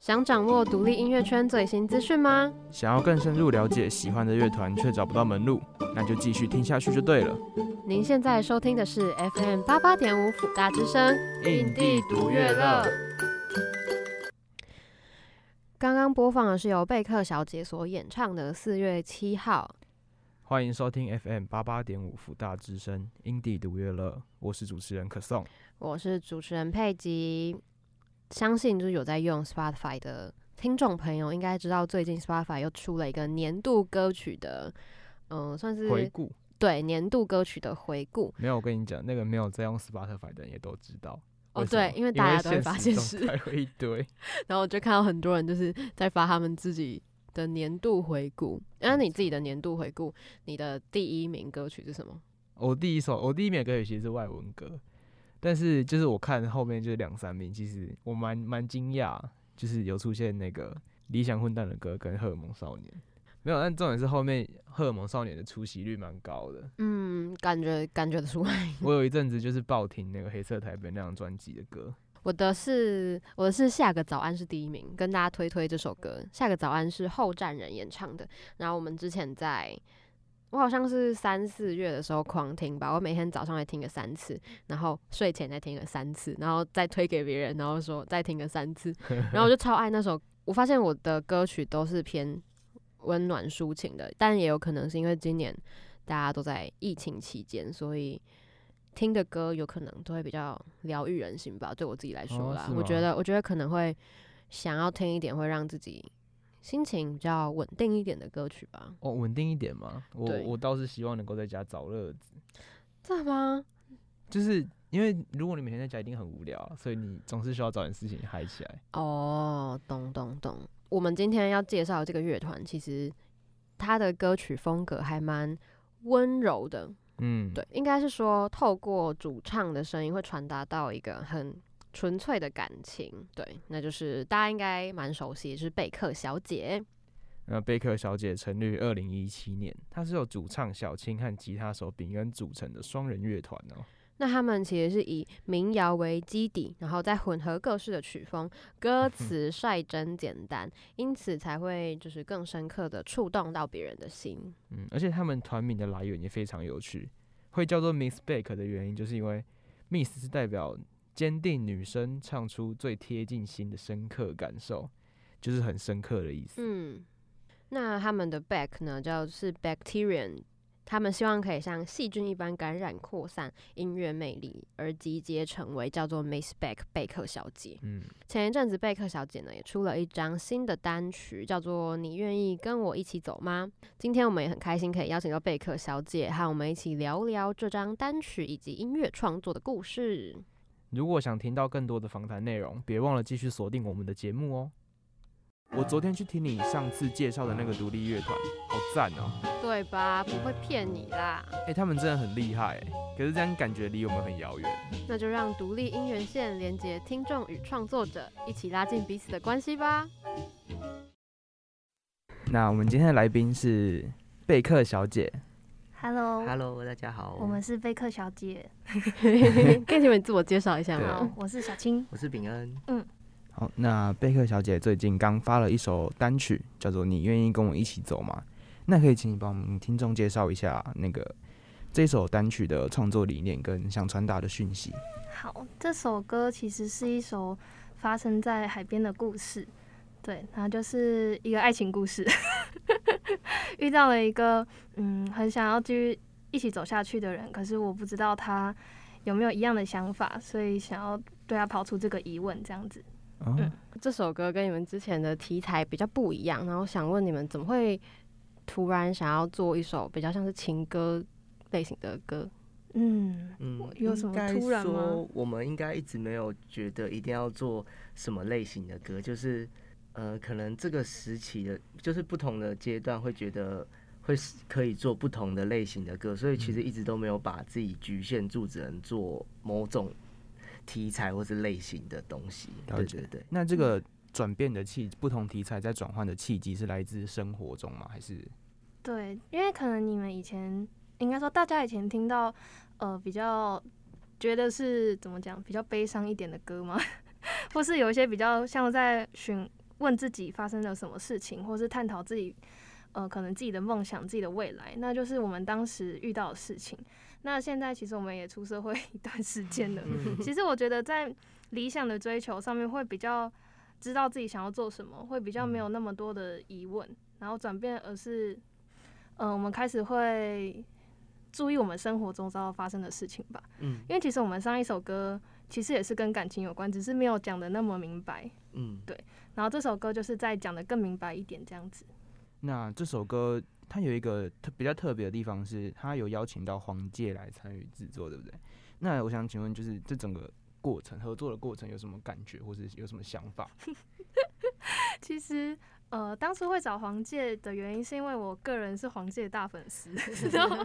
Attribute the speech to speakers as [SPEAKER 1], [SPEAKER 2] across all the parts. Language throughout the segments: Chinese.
[SPEAKER 1] 想掌握独立音乐圈最新资讯吗？
[SPEAKER 2] 想要更深入了解喜欢的乐团却找不到门路，那就继续听下去就对了。
[SPEAKER 1] 您现在收听的是 FM 八八点五辅大之声，
[SPEAKER 2] 印地独乐乐。
[SPEAKER 1] 刚刚播放的是由贝克小姐所演唱的《四月七号》。
[SPEAKER 2] 欢迎收听 FM 八八点五福大之声英地独乐乐，我是主持人可颂。
[SPEAKER 1] 我是主持人佩吉。相信就是有在用 Spotify 的听众朋友，应该知道最近 Spotify 又出了一个年度歌曲的，嗯、算
[SPEAKER 2] 回
[SPEAKER 1] 是
[SPEAKER 2] 顾
[SPEAKER 1] 对年度歌曲的回顾。
[SPEAKER 2] 没有，我跟你讲，那个没有在用 Spotify 的人也都知道。
[SPEAKER 1] 哦
[SPEAKER 2] 为什么
[SPEAKER 1] 对因为大家都会发
[SPEAKER 2] 现
[SPEAKER 1] 现
[SPEAKER 2] 实
[SPEAKER 1] 是
[SPEAKER 2] 动态会一堆。
[SPEAKER 1] 然后我就看到很多人就是在发他们自己的年度回顾。那你自己的年度回顾，你的第一名歌曲是什么？
[SPEAKER 2] 我第一首，我第一名的歌曲其实是外文歌，但是就是我看后面就是两三名，其实我蛮蛮惊讶，就是有出现那个《理想混蛋》的歌跟《荷尔蒙少年》，没有，但重点是后面《荷尔蒙少年》的出席率蛮高的。
[SPEAKER 1] 嗯，感觉感觉得出来。
[SPEAKER 2] 我有一阵子就是爆听那个《黑色台北》那张专辑的歌，
[SPEAKER 1] 我的是我的是下个早安是第一名，跟大家推推这首歌。下个早安是后站人演唱的，然后我们之前在。我好像是三四月的时候狂听吧，我每天早上会听个三次，然后睡前再听个三次，然后再推给别人，然后说再听个三次， 然后我就超爱那首。我发现我的歌曲都是偏温暖抒情的，但也有可能是因为今年大家都在疫情期间，所以听的歌有可能都会比较疗愈人心吧。对我自己来说
[SPEAKER 2] 哦
[SPEAKER 1] 啦，
[SPEAKER 2] 是
[SPEAKER 1] 我觉
[SPEAKER 2] 吗
[SPEAKER 1] 得我觉得可能会想要听一点会让自己心情比较稳定一点的歌曲吧。
[SPEAKER 2] 哦，稳定一点嘛。我
[SPEAKER 1] 对
[SPEAKER 2] 我倒是希望能够在家找乐子，
[SPEAKER 1] 真的吗？
[SPEAKER 2] 就是因为如果你每天在家一定很无聊啊，所以你总是需要找点事情嗨起来。
[SPEAKER 1] 哦，懂懂懂。我们今天要介绍的这个乐团，其实它的歌曲风格还蛮温柔的，
[SPEAKER 2] 嗯，
[SPEAKER 1] 对，应该是说透过主唱的声音会传达到一个很纯粹的感情，对，那就是大家应该蛮熟悉，就是贝克小姐，
[SPEAKER 2] 那呃贝克小姐成立二零一七年，她是由主唱小青和吉他手秉恩组成的双人乐团哦。
[SPEAKER 1] 那他们其实是以民谣为基底，然后再混合各式的曲风，歌词率真简单，因此才会就是更深刻的触动到别人的心。
[SPEAKER 2] 嗯，而且他们团名的来源也非常有趣，会叫做 Miss Baker 的原因，就是因为 Miss 是代表坚定女生唱出最贴近心的深刻感受，就是很深刻的意思。
[SPEAKER 1] 嗯，那他们的 back 呢，叫是 bacterian，他们希望可以像细菌一般感染扩散音乐魅力，而集结成为叫做 Miss Back 贝克小姐。
[SPEAKER 2] 嗯，
[SPEAKER 1] 前一阵子贝克小姐呢也出了一张新的单曲，叫做《你愿意跟我一起走吗》。今天我们也很开心可以邀请到贝克小姐和我们一起聊聊这张单曲以及音乐创作的故事。
[SPEAKER 2] 如果想听到更多的访谈内容，别忘了继续锁定我们的节目哦。我昨天去听你上次介绍的那个独立乐团，好赞哦！
[SPEAKER 1] 对吧？不会骗你啦。
[SPEAKER 2] 哎、他们真的很厉害、欸，可是这样感觉离我们很遥远。
[SPEAKER 1] 那就让独立音源线连接听众与创作者，一起拉近彼此的关系吧。
[SPEAKER 2] 那我们今天的来宾是贝克小姐，
[SPEAKER 3] Hello，,
[SPEAKER 4] Hello，大家好，
[SPEAKER 3] 我们是贝克小姐，
[SPEAKER 1] 跟你们自我介绍一下
[SPEAKER 2] 对
[SPEAKER 1] 吗
[SPEAKER 3] 哦？、我是小青。
[SPEAKER 4] 我是秉恩。
[SPEAKER 2] 好，那贝克小姐最近刚发了一首单曲，叫做《你愿意跟我一起走吗》。那可以请你帮我们听众介绍一下那个这首单曲的创作理念跟想传达的讯息。
[SPEAKER 3] 好，这首歌其实是一首发生在海边的故事，对，然后就是一个爱情故事， 遇到了一个嗯很想要继续一起走下去的人，可是我不知道他有没有一样的想法，所以想要对他抛出这个疑问，这样子。
[SPEAKER 2] 哦，
[SPEAKER 3] 嗯
[SPEAKER 1] 这首歌跟你们之前的题材比较不一样，然后想问你们怎么会突然想要做一首比较像是情歌类型的歌？
[SPEAKER 3] 嗯，
[SPEAKER 4] 嗯
[SPEAKER 3] 有什么突然吗？
[SPEAKER 4] 应该说我们应该一直没有觉得一定要做什么类型的歌，就是呃，可能这个时期的，就是不同的阶段会觉得会是可以做不同的类型的歌，所以
[SPEAKER 3] 嗯
[SPEAKER 4] 其实一直都没有把自己局限住，只能做某种题材或是类型的东西。
[SPEAKER 2] 了
[SPEAKER 4] 对
[SPEAKER 2] 解
[SPEAKER 4] 对对。
[SPEAKER 2] 那这个转变的契，不同题材在转换的契机是来自生活中吗？还是
[SPEAKER 3] 对，因为可能你们以前应该说大家以前听到呃比较觉得 是怎么讲比较悲伤一点的歌嘛，或是有一些比较像在寻问自己发生了什么事情，或是探讨自己呃可能自己的梦想、自己的未来，那就是我们当时遇到的事情。那现在其实我们也出社会 一段时间了，
[SPEAKER 4] 嗯
[SPEAKER 3] 其实我觉得在理想的追求上面会比较知道自己想要做什么，会比较没有那么多的疑问，然后转变而是，嗯、我们开始会注意我们生活中遭发生的事情吧。
[SPEAKER 4] 嗯
[SPEAKER 3] 因为其实我们上一首歌其实也是跟感情有关，只是没有讲的那么明白。
[SPEAKER 4] 嗯，
[SPEAKER 3] 然后这首歌就是在讲的更明白一点这样子。
[SPEAKER 2] 那这首歌它有一个特比较特别的地方是，它有邀请到黄玠来参与制作，对不对？那我想请问，就是这整个过程合作的过程有什么感觉，或是有什么想法？
[SPEAKER 3] 其实呃，当初会找黄玠的原因是因为我个人是黄玠的大粉丝， 然后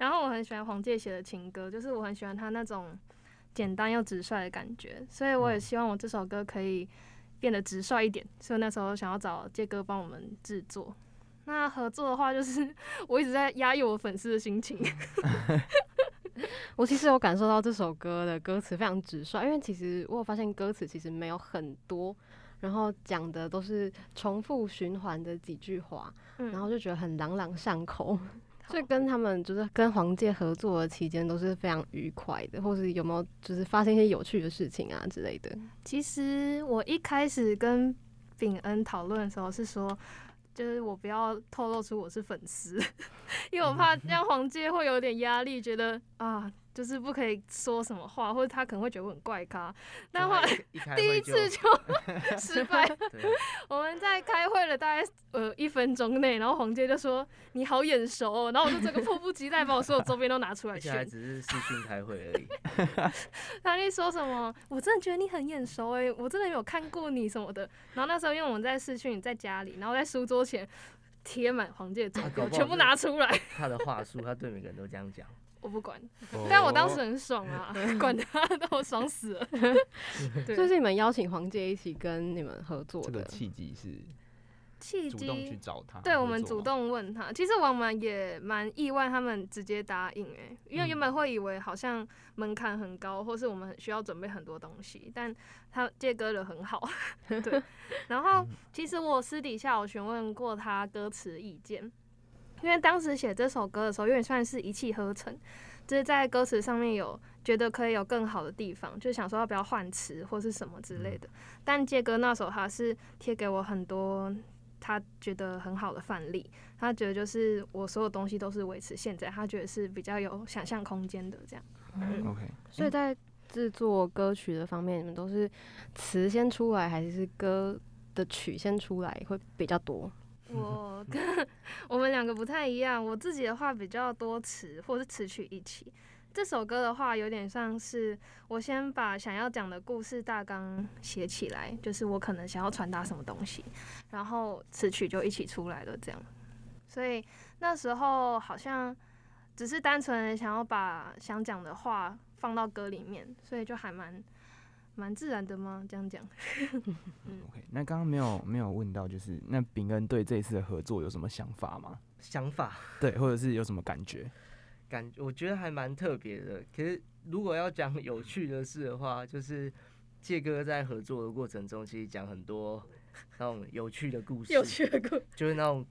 [SPEAKER 3] 然后我很喜欢黄玠写的情歌，就是我很喜欢他那种简单又直率的感觉，所以我也希望我这首歌可以变得直率一点，所以那时候想要找玠哥帮我们制作。那合作的话，就是 我一直在压抑我粉丝的心情，
[SPEAKER 1] 我其实有感受到这首歌的歌词非常直率，因为其实我有发现歌词其实没有很多，然后讲的都是重复循环的几句话，
[SPEAKER 3] 嗯
[SPEAKER 1] 然后就觉得很朗朗上 口。
[SPEAKER 3] 好
[SPEAKER 1] 所以跟他们就是跟黄玠合作的期间都是非常愉快的，或是有没有就是发生一些有趣的事情啊之类的。
[SPEAKER 3] 其实我一开始跟秉恩讨论的时候是说，就是我不要透露出我是粉丝， 因为我
[SPEAKER 4] 嗯
[SPEAKER 3] 怕让黄玠会有点压力，觉得啊，就是不可以说什么话，或者他可能会觉得我很怪咖。但后来
[SPEAKER 4] 来
[SPEAKER 3] 第一次就 失败，我们在开会了大概呃一分钟内，然后黄玠就说你好眼熟、哦，然后我就整个迫不及待把我所有周边都拿出来
[SPEAKER 4] 而且还
[SPEAKER 3] 炫，
[SPEAKER 4] 只是视讯开会而已，
[SPEAKER 3] 他就说什么，我真的觉得你很眼熟哎、我真的有看过你什么的。然后那时候因为我们在试训，在家里，然后在书桌前贴满黄玠的照
[SPEAKER 4] 啊 搞
[SPEAKER 3] 片，
[SPEAKER 4] 不好
[SPEAKER 3] 全部拿出来，
[SPEAKER 4] 他的话术，他对每个人都这样讲。
[SPEAKER 3] 我不管。
[SPEAKER 2] 哦
[SPEAKER 3] 但我当时很爽啊，管他， 但我爽死了。
[SPEAKER 1] 所以
[SPEAKER 3] 对，
[SPEAKER 1] 是你们邀请黄玠一起跟你们合作
[SPEAKER 2] 这个
[SPEAKER 1] 的，
[SPEAKER 2] 契机是
[SPEAKER 3] 契
[SPEAKER 2] 主动去
[SPEAKER 3] 机。
[SPEAKER 2] 找他合作吗，
[SPEAKER 3] 对我们主动问他，其实我们也蛮意外，他们直接答应哎、因为原本会以为好像门槛很高，或是我们很需要准备很多东西，但他借歌的很好， 对。然后其实我私底下有询问过他歌词意见，因为当时写这首歌的时候，有点算是一气呵成，就是在歌词上面有觉得可以有更好的地方，就想说要不要换词或是什么之类的。但杰哥那首他是贴给我很多他觉得很好的范例，他觉得就是我所有东西都是维持现在，他觉得是比较有想象空间的这样。
[SPEAKER 2] ，OK，
[SPEAKER 1] 所以在制作歌曲的方面，你们都是词先出来，还是歌的曲先出来会比较多？
[SPEAKER 3] 我跟我们两个不太一样，我自己的话比较多词或是词曲一起。这首歌的话，有点像是我先把想要讲的故事大纲写起来，就是我可能想要传达什么东西，然后词曲就一起出来了，这样。所以那时候好像只是单纯想要把想讲的话放到歌里面，所以就还蛮蛮自然的吗？这样讲。
[SPEAKER 2] OK，那刚刚没有没有问到，就是那秉恩对这一次的合作有什么想法吗？
[SPEAKER 4] 想法
[SPEAKER 2] 对，或者是有什么感觉？
[SPEAKER 4] 感我觉得还蛮特别的。可是如果要讲有趣的事的话， 就是介哥在合作的过程中，其实讲很多那种有趣的故事，
[SPEAKER 3] 的故
[SPEAKER 4] 就是那种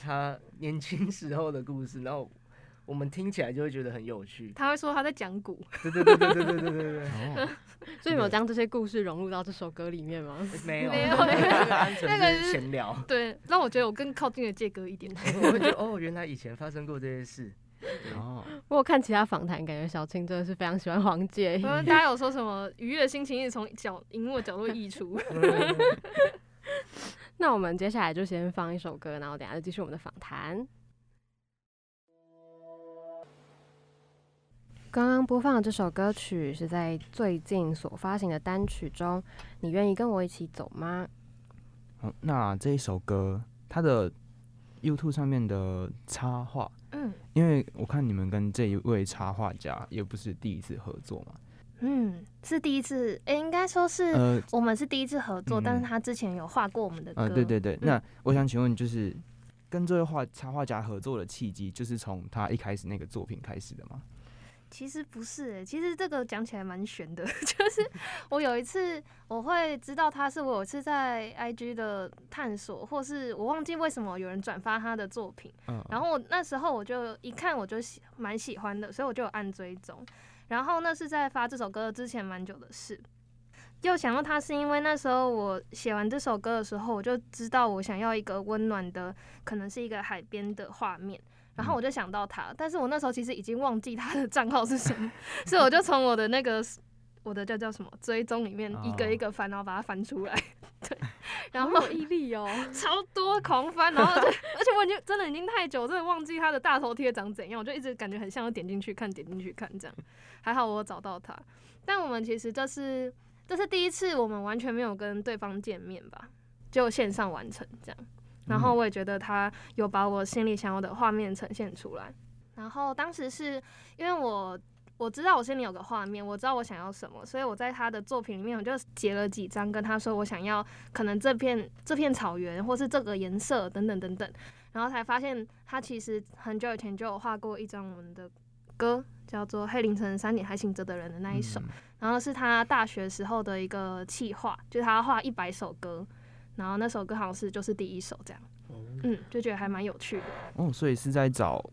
[SPEAKER 4] 他年轻时候的故事，然后我们听起来就会觉得很有 趣。
[SPEAKER 3] 他会说他在讲古，
[SPEAKER 4] 对对对对对对对对对，
[SPEAKER 2] 哦，
[SPEAKER 1] 所以你们有将这些故事融入到这首歌里面吗？
[SPEAKER 4] 没有
[SPEAKER 3] 没有
[SPEAKER 4] 单
[SPEAKER 3] 那个
[SPEAKER 4] 纯
[SPEAKER 3] 是
[SPEAKER 4] 是闲聊。
[SPEAKER 3] 对，让我觉得我更靠近了介哥一点。
[SPEAKER 4] 我会觉得哦，原来以前发生过这些事。
[SPEAKER 2] 哦，
[SPEAKER 1] 我有看其他访谈，感觉小青真的是非常喜欢黄玠。
[SPEAKER 3] 然后嗯大家有说什么愉悦的心情一直从角荧幕的角落溢出。
[SPEAKER 1] 那我们接下来就先放一首歌，然后等一下就继续我们的访谈。刚刚播放的这首歌曲是在最近所发行的单曲中，《你愿意跟我一起走吗》？
[SPEAKER 2] 好那这一首歌它的 YouTube 上面的插画
[SPEAKER 3] 嗯
[SPEAKER 2] 因为我看你们跟这一位插画家也不是第一次合作嘛，
[SPEAKER 3] 嗯，是第一次，诶，应该说是、
[SPEAKER 2] 呃
[SPEAKER 3] 我们是第一次合作，
[SPEAKER 2] 嗯
[SPEAKER 3] 但是他之前有画过我们的歌。
[SPEAKER 2] 呃，对对
[SPEAKER 3] 嗯
[SPEAKER 2] 对，那我想请问，就是跟这位画插画家合作的契机，就是从他一开始那个作品开始的吗？
[SPEAKER 3] 其实不是、欸，其实这个讲起来蛮悬的， 就是我有一次我会知道他是我有一次在 IG 的探索，或是我忘记为什么有人转发他的作品，
[SPEAKER 2] 嗯，
[SPEAKER 3] 然后我那时候我就一看我就喜蛮喜欢的，所以我就有按追踪。然后那是在发这首歌之前蛮久的事。又想到他是因为那时候我写完这首歌的时候，我就知道我想要一个温暖的，可能是一个海边的画面。然后我就想到他，但是我那时候其实已经忘记他的账号是什么，所以我就从我的那个我的叫叫什么追踪里面一个一个翻，然后把它翻出来。 对，然后
[SPEAKER 1] 好有毅力哦，
[SPEAKER 3] 超多狂翻，然后就而且我已经真的已经太久，真的忘记他的大头贴长怎样，我就一直感觉很像，要点进去看，点进去看这样。还好我有找到他，但我们其实这是这是第一次，我们完全没有跟对方见面吧，就线上完成这样。然后我也觉得他有把我心里想要的画面呈现出来。然后当时是因为我我知道我心里有个画面，我知道我想要什么，所以我在他的作品里面我就截了几张，跟他说我想要可能这片这片草原，或是这个颜色等等等等。然后才发现他其实很久以前就有画过一张我们的歌，叫做《黑凌晨三点还醒着的人》的那一
[SPEAKER 2] 嗯
[SPEAKER 3] 首。然后是他大学时候的一个企划，就是他要画一百首歌，然后那首歌好像是就是第一首这样，嗯，就觉得还蛮有趣的。
[SPEAKER 2] 哦，所以是在找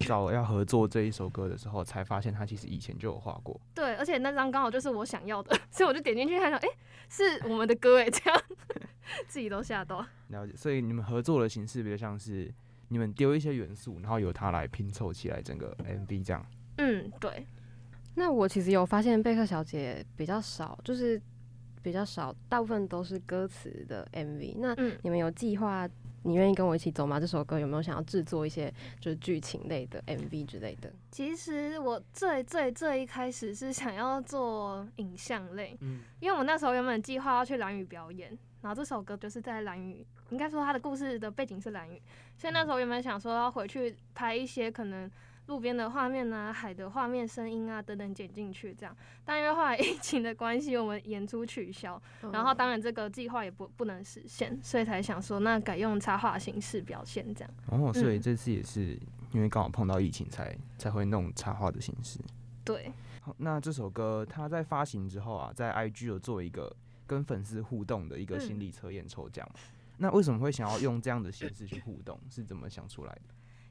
[SPEAKER 2] 找要合作这一首歌的时候，才发现他其实以前就有画过。
[SPEAKER 3] 对，而且那张刚好就是我想要的， 所以我就点进去看到，哎、是我们的歌哎，这样 自己都吓到。
[SPEAKER 2] 了解，所以你们合作的形式比较像是你们丢一些元素，然后由他来拼凑起来整个 MV 这样。
[SPEAKER 3] 嗯，对，
[SPEAKER 1] 那我其实有发现贝克小姐比较少，就是比较少，大部分都是歌词的 MV。那
[SPEAKER 3] 嗯
[SPEAKER 1] 你们有计划？你愿意跟我一起走吗？这首歌有没有想要制作一些就是剧情类的 MV 之类的？
[SPEAKER 3] 其实我最最最一开始是想要做影像类，
[SPEAKER 4] 嗯，
[SPEAKER 3] 因为我那时候原本计划要去兰屿表演，然后这首歌就是在兰屿，应该说它的故事的背景是兰屿，所以那时候原本想说要回去拍一些可能路边的画面啊、海的画面、声音啊等等剪进去这样，但因为后来 疫情的关系，我们演出取消，
[SPEAKER 1] 嗯
[SPEAKER 3] 然后当然这个计划也不不能实现，所以才想说那改用插画形式表现这样。
[SPEAKER 2] 哦，所以
[SPEAKER 3] 嗯
[SPEAKER 2] 这次也是因为刚好碰到疫情才才会弄插画的形式。
[SPEAKER 3] 对，
[SPEAKER 2] 好，那这首歌它在发行之后啊，在 IG 有做一个跟粉丝互动的一个心
[SPEAKER 3] 嗯
[SPEAKER 2] 理测验抽奖。那为什么会想要用这样的形式去互动？是怎么想出来的？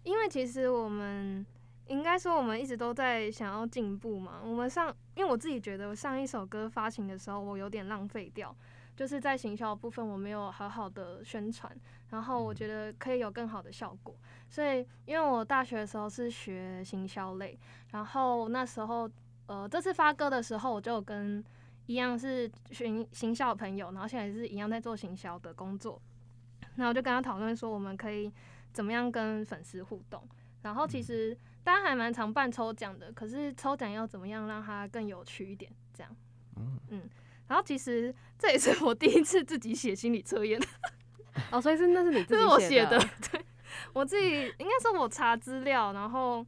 [SPEAKER 3] 因为其实我们应该说我们一直都在想要进步嘛。我们上，因为我自己觉得我上一首歌发行的时候，我有点浪费掉，就是在行销部分我没有好好的宣传，然后我觉得可以有更好的效果。所以，因为我大学的时候是学行销类，然后那时候呃，这次发歌的时候，我就有跟一样是行行销的朋友，然后现在也是一样在做行销的工作。那我就跟他讨论说，我们可以怎么样跟粉丝互动。然后其实大家还蛮常办抽奖的，可是抽奖要怎么样让它更有趣一点？这样，
[SPEAKER 2] 嗯
[SPEAKER 3] 嗯。然后其实这也是我第一次自己写心理测验，
[SPEAKER 1] 哦，所以是那是你自己
[SPEAKER 3] 这是我
[SPEAKER 1] 写
[SPEAKER 3] 写的，对我自己应该说我查资料，然后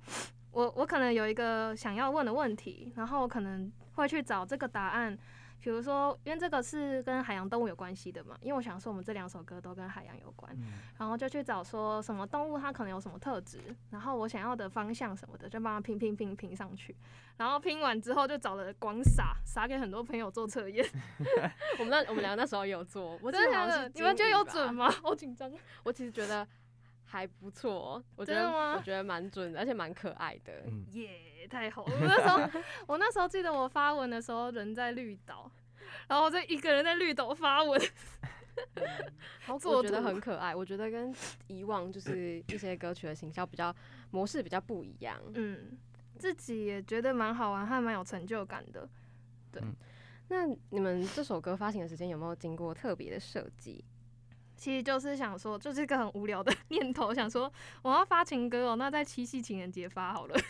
[SPEAKER 3] 我我可能有一个想要问的问题，然后我可能会去找这个答案。比如说，因为这个是跟海洋动物有关系的嘛，因为我想说我们这两首歌都跟海洋有关，
[SPEAKER 4] 嗯
[SPEAKER 3] 然后就去找说什么动物它可能有什么特质，然后我想要的方向什么的，就帮它拼拼拼拼上去。然后拼完之后就找了广撒撒给很多朋友做测验，
[SPEAKER 1] 我们那我们两个那时候有做，我记
[SPEAKER 3] 真
[SPEAKER 1] 得
[SPEAKER 3] 的
[SPEAKER 1] 好像
[SPEAKER 3] 假
[SPEAKER 1] 是
[SPEAKER 3] 啊的？你们觉得
[SPEAKER 1] 经理
[SPEAKER 3] 有
[SPEAKER 1] 吧
[SPEAKER 3] 准？吗？好紧张。
[SPEAKER 1] 我其实觉得还不错，我觉
[SPEAKER 3] 真
[SPEAKER 1] 得
[SPEAKER 3] 的吗
[SPEAKER 1] 我觉得蛮准的，而且蛮可爱的。
[SPEAKER 4] 呃
[SPEAKER 2] 嗯，
[SPEAKER 3] 耶太好了！我那时候，我那时候记得我发文的时候人在绿岛，然后我就一个人在绿岛发文。
[SPEAKER 1] 我
[SPEAKER 3] 作
[SPEAKER 1] 我觉得
[SPEAKER 3] 图
[SPEAKER 1] 很可爱，我觉得跟以往就是一些歌曲的行销比较模式比较不一样。
[SPEAKER 3] 嗯，自己也觉得蛮好玩，还蛮有成就感的。
[SPEAKER 1] 那你们这首歌发行的时间有没有经过特别的设计？
[SPEAKER 3] 其实就是想说，就是一个很无聊的 念头，想说我要发情歌哦，那在七夕情人节发好了。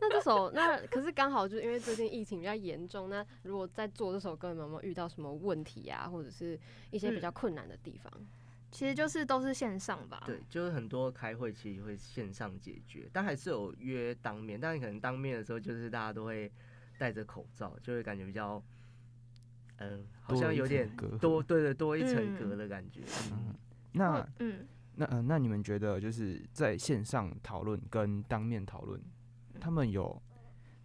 [SPEAKER 1] 那这首那可是刚好就是因为最近疫情比较严重，那如果在做这首歌，你们有没有遇到什么问题啊，或者是一些比较困难的地方？
[SPEAKER 3] 其实就是都是线上吧。
[SPEAKER 4] 对，就是很多开会其实会线上解决，但还是有约当面，但可能当面的时候就是大家都会戴着口罩，就会感觉比较，嗯、好
[SPEAKER 2] 多了
[SPEAKER 4] 像
[SPEAKER 2] 一
[SPEAKER 4] 有
[SPEAKER 2] 层
[SPEAKER 4] 点
[SPEAKER 2] 隔阂
[SPEAKER 4] 多，对对，多一层
[SPEAKER 3] 嗯
[SPEAKER 4] 隔的感觉。
[SPEAKER 2] 嗯
[SPEAKER 4] 嗯，
[SPEAKER 2] 那、
[SPEAKER 3] 或，嗯，
[SPEAKER 2] 那呃，那你们
[SPEAKER 4] 嗯
[SPEAKER 2] 觉得就是在线上讨论跟当面讨论，他们有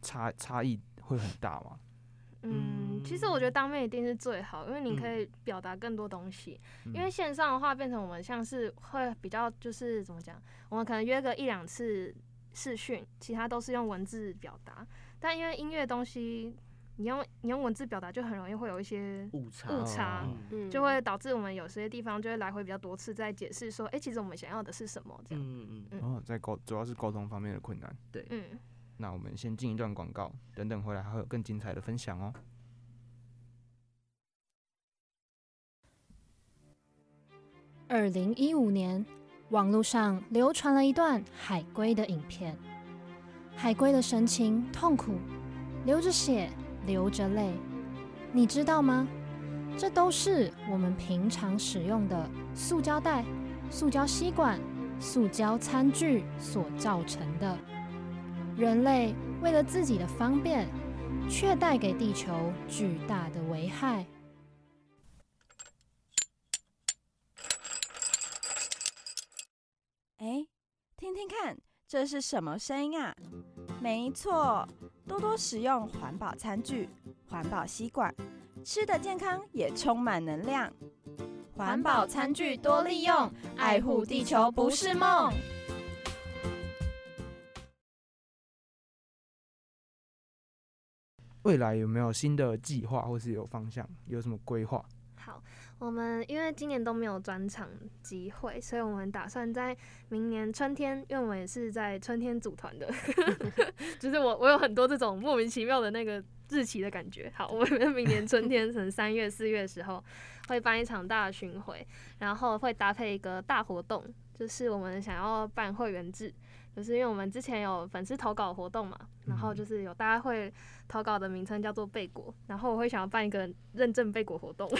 [SPEAKER 2] 差差异会很大吗？
[SPEAKER 3] 嗯，其实我觉得当面一定是最好，因为你可以表达更多东西。
[SPEAKER 2] 嗯
[SPEAKER 4] 嗯
[SPEAKER 3] 因为线上的话，变成我们像是会比较就是怎么讲，我们可能约个一两次视讯，其他都是用文字表达。但因为音乐东西，你用你用文字表达就很容易会有一些，
[SPEAKER 4] 误差
[SPEAKER 3] 误差
[SPEAKER 4] 嗯
[SPEAKER 1] 嗯
[SPEAKER 3] 就会导致我们有些地方就会来回比较多次在解释说，哎、其实我们想要的是什么这样。
[SPEAKER 4] 嗯嗯，
[SPEAKER 3] 嗯
[SPEAKER 2] 哦，在沟主要是沟通方面的困难。
[SPEAKER 3] 嗯，
[SPEAKER 2] 那我们先进一段广告，等等回来还会有更精彩的分享哦。
[SPEAKER 5] 二零一五年，网络上流传了一段海龟的影片。海龟的神情痛苦，流着血，流着泪。你知道吗？这都是我们平常使用的塑胶袋、塑胶吸管、塑胶餐具所造成的。人类为了自己的方便，却带给地球巨大的危害。
[SPEAKER 6] 哎，听听看，这是什么声音啊？没错，多多使用环保餐具、环保吸管，吃的健康也充满能量。环保餐具多利用，爱护地球不是梦。
[SPEAKER 2] 未来有没有新的计划或是有方向，有什么规划？
[SPEAKER 3] 好，我们因为今年都没有专场机会，所以我们打算在明年春天，因为我们也是在春天组团的，就是我我有很多这种莫名其妙的那个日期的感觉。好，我们明年春天可能三月四月的时候会办一场大巡回，然后会搭配一个大活动，就是我们想要办会员制。就是因为我们之前有粉丝投稿活动嘛，然后就是有大家会投稿的名称叫做贝果，然后我会想要办一个认证贝果活动，就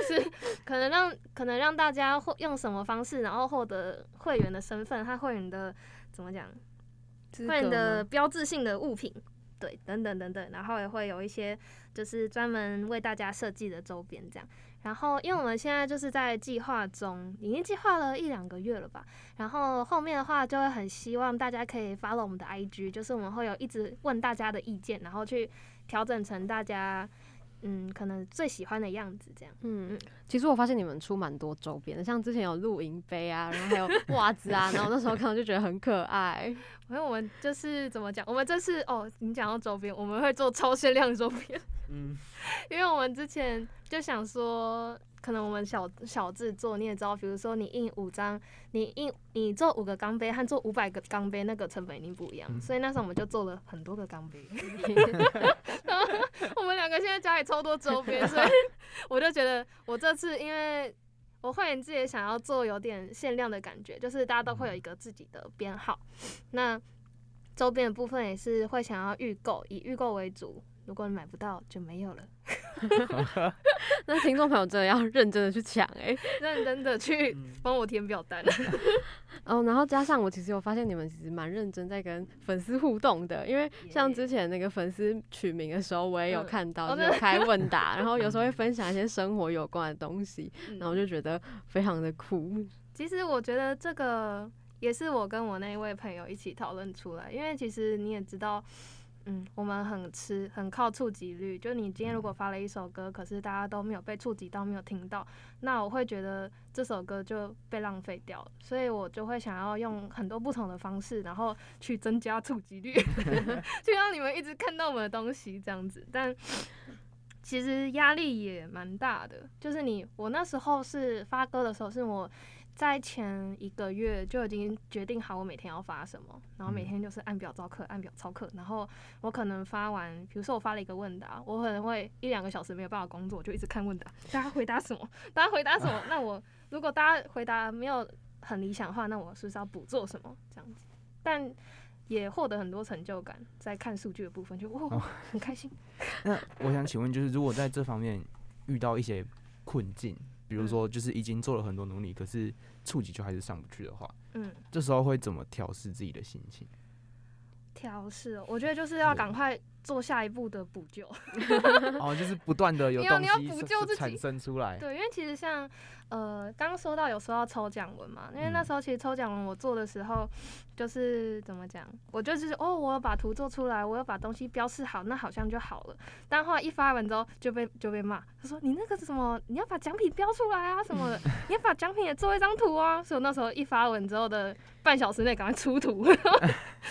[SPEAKER 3] 是可能让可能让大家获用什么方式，然后获得会员的身份和会员的怎么讲，会员的标志性的物品，对，等等等等，然后也会有一些就是专门为大家设计的周边这样。然后，因为我们现在就是在计划中，已经计划了一两个月了吧。然后后面的话，就会很希望大家可以 follow 我们的 IG，就是我们会有一直问大家的意见，然后去调整成大家嗯可能最喜欢的样子这样。
[SPEAKER 1] 嗯，其实我发现你们出蛮多周边的，像之前有露营杯啊，然后还有袜子啊，然后那时候看到就觉得很可爱。
[SPEAKER 3] 因为我们就是怎么讲，我们这次哦，你讲到周边，我们会做超限量周边，
[SPEAKER 4] 嗯，
[SPEAKER 3] 因为我们之前就想说，可能我们小小制作，你也知道，比如说你印五张，你印你做五个钢杯和做五百个钢杯那个成本一定不一样，所以那时候我们就做了很多个钢杯。 然后我们两个现在家里超多周边，所以我就觉得我这次因为。我会员自己也想要做有点限量的感觉，就是大家都会有一个自己的编号。那周边的部分也是会想要预购，以预购为主。如果你买不到就没有了。
[SPEAKER 1] 那听众朋友真的要认真的去抢哎、
[SPEAKER 3] 认真的去
[SPEAKER 4] 嗯
[SPEAKER 3] 帮我填表 单。
[SPEAKER 1] 哦，然后加上我其实有发现你们其实蛮认真在跟粉丝互动的，因为像之前那个粉丝取名的时候，我也有
[SPEAKER 3] 嗯
[SPEAKER 1] 看到、
[SPEAKER 3] 哦
[SPEAKER 1] 就是
[SPEAKER 3] 真
[SPEAKER 1] 有
[SPEAKER 3] 的
[SPEAKER 1] 开问答，然后有时候会分享一些生活有关的东西，
[SPEAKER 3] 嗯
[SPEAKER 1] 然后就觉得非常的 酷。
[SPEAKER 3] 其实我觉得这个也是我跟我那一位朋友一起讨论出来，因为其实你也知道，嗯，我们很吃很靠触及率，就你今天如果发了一首歌，可是大家都没有被触及到，没有听到，那我会觉得这首歌就被浪费掉了，所以我就会想要用很多不同的方式，然后去增加触及率，就让你们一直看到我们的东西这样子，但。其实压力也蛮大的，就是你我那时候是发歌的时候，是我在前一个月就已经决定好我每天要发什么，然后每天就是按表照课，按表操课。然后我可能发完，比如说我发了一个问答，我可能会一两个小时没有办法工作，我就一直看问答，大家回答什么，大家回答什么。那我如果大家回答没有很理想的话，那我是不是要补做什么这样子？但也获得很多成就感，在看数据的部分就哇、
[SPEAKER 2] 哦
[SPEAKER 3] 很开 心。
[SPEAKER 2] 那我想请问，就是如果在这方面遇到一些困境，比如
[SPEAKER 3] 嗯
[SPEAKER 2] 说就是已经做了很多努力，可是触及就还是上不去的话，
[SPEAKER 3] 嗯，
[SPEAKER 2] 这时候会怎么调试自己的心情？
[SPEAKER 3] 调试哦，我觉得就是要赶快做下一步的补救。
[SPEAKER 2] 哦，就是不断的有
[SPEAKER 3] 你要
[SPEAKER 2] 东
[SPEAKER 3] 你
[SPEAKER 2] 西
[SPEAKER 3] 要补
[SPEAKER 2] 生
[SPEAKER 3] 救自己
[SPEAKER 2] 产生出来，
[SPEAKER 3] 对，因为其实像呃，刚说到有说到抽奖文嘛，因为那
[SPEAKER 2] 嗯
[SPEAKER 3] 时候其实抽奖文我做的时候， 就是怎么讲，我就是哦，我有把图做出来，我有把东西标示好，那好像就好了。但后来一发文之后就被就被骂，他说你那个是什么，你要把奖品标出来啊什么的，你要把奖品也做一张图啊。所以我那时候一发文之后的半小时内赶快出图， 然后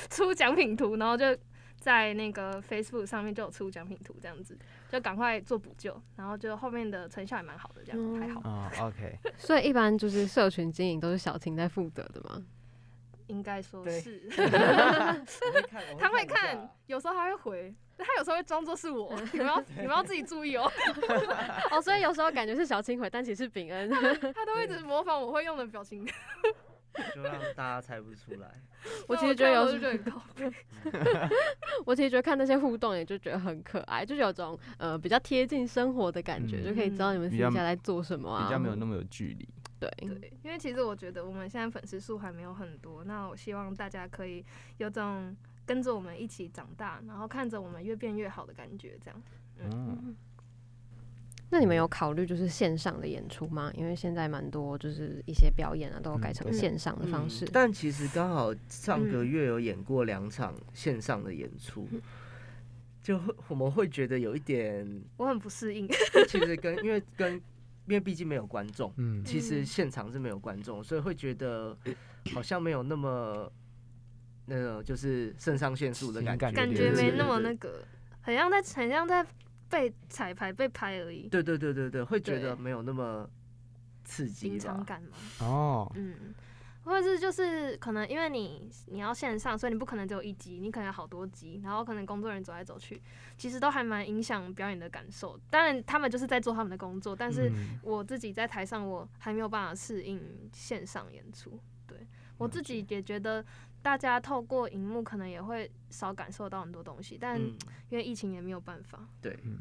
[SPEAKER 3] 出奖品图，然后就。在那个 Facebook 上面就有出奖品图，这样子就赶快做补救，然后就后面的成效也蛮好的，这样、
[SPEAKER 1] 哦
[SPEAKER 3] 还好。
[SPEAKER 2] 啊、o k
[SPEAKER 1] 所以一般就是社群经营都是小婷在负责的嘛。
[SPEAKER 3] 应该说
[SPEAKER 4] 对
[SPEAKER 3] 是，他
[SPEAKER 4] 他
[SPEAKER 3] 会看，有时候他会回，但他有时候会装作是 我，你们要你们要自己注意哦。
[SPEAKER 1] 哦，所以有时候感觉是小青回，但其实是秉恩。
[SPEAKER 3] 他都会一直模仿我会用的表情，
[SPEAKER 4] 就让大家猜不出 来。
[SPEAKER 1] 我其实觉得有
[SPEAKER 3] 时候很高。
[SPEAKER 1] 我其实觉得看那些互动，也就觉得很可爱，就是有种呃比较贴近生活的感觉，
[SPEAKER 2] 嗯
[SPEAKER 1] 就可以知道你们私
[SPEAKER 2] 比较
[SPEAKER 1] 下在做什么啊。
[SPEAKER 2] 比较没有那么有距离。
[SPEAKER 1] 对，
[SPEAKER 3] 对，
[SPEAKER 2] 嗯
[SPEAKER 3] 因为其实我觉得我们现在粉丝数还没有很多，那我希望大家可以有种跟着我们一起长大，然后看着我们越变越好的感觉，这样。
[SPEAKER 2] 嗯，
[SPEAKER 1] 那你们有考虑就是线上的演出吗？因为现在蛮多就是一些表演啊，都有改成
[SPEAKER 2] 嗯对
[SPEAKER 1] 线上的方式。
[SPEAKER 4] 但其实刚好上
[SPEAKER 3] 嗯
[SPEAKER 4] 个月有演过两场线上的演出，就会我们会觉得有一点，
[SPEAKER 3] 我很不适应，
[SPEAKER 4] 其实跟因为跟因为毕竟没有观众，
[SPEAKER 2] 嗯
[SPEAKER 4] 其实现场是没有观众，所以会觉得好像没有那么。那种就是肾上腺素的感觉，
[SPEAKER 2] 情
[SPEAKER 3] 感
[SPEAKER 2] 对
[SPEAKER 3] 觉
[SPEAKER 2] 对
[SPEAKER 3] 没
[SPEAKER 2] 对
[SPEAKER 3] 那么那个，很像在很像在被彩排被拍而已，
[SPEAKER 4] 对对对对对，会觉
[SPEAKER 3] 对
[SPEAKER 4] 得没有那么刺激
[SPEAKER 3] 临场
[SPEAKER 4] 吧？
[SPEAKER 3] 感嘛。
[SPEAKER 2] 哦，
[SPEAKER 3] 嗯，或者是就是可能因为你你要线上，所以你不可能只有一集，你可能有好多集，然后可能工作人员走来走去，其实都还蛮影响表演的感受。当然，他们就是在做他们的工作，但是
[SPEAKER 2] 嗯
[SPEAKER 3] 我自己在台上，我还没有办法适应线上演出。对我自己也觉得，大家透过荧幕可能也会少感受到很多东西，但
[SPEAKER 4] 嗯
[SPEAKER 3] 因，为疫情也没有办法。
[SPEAKER 4] 对，
[SPEAKER 2] 嗯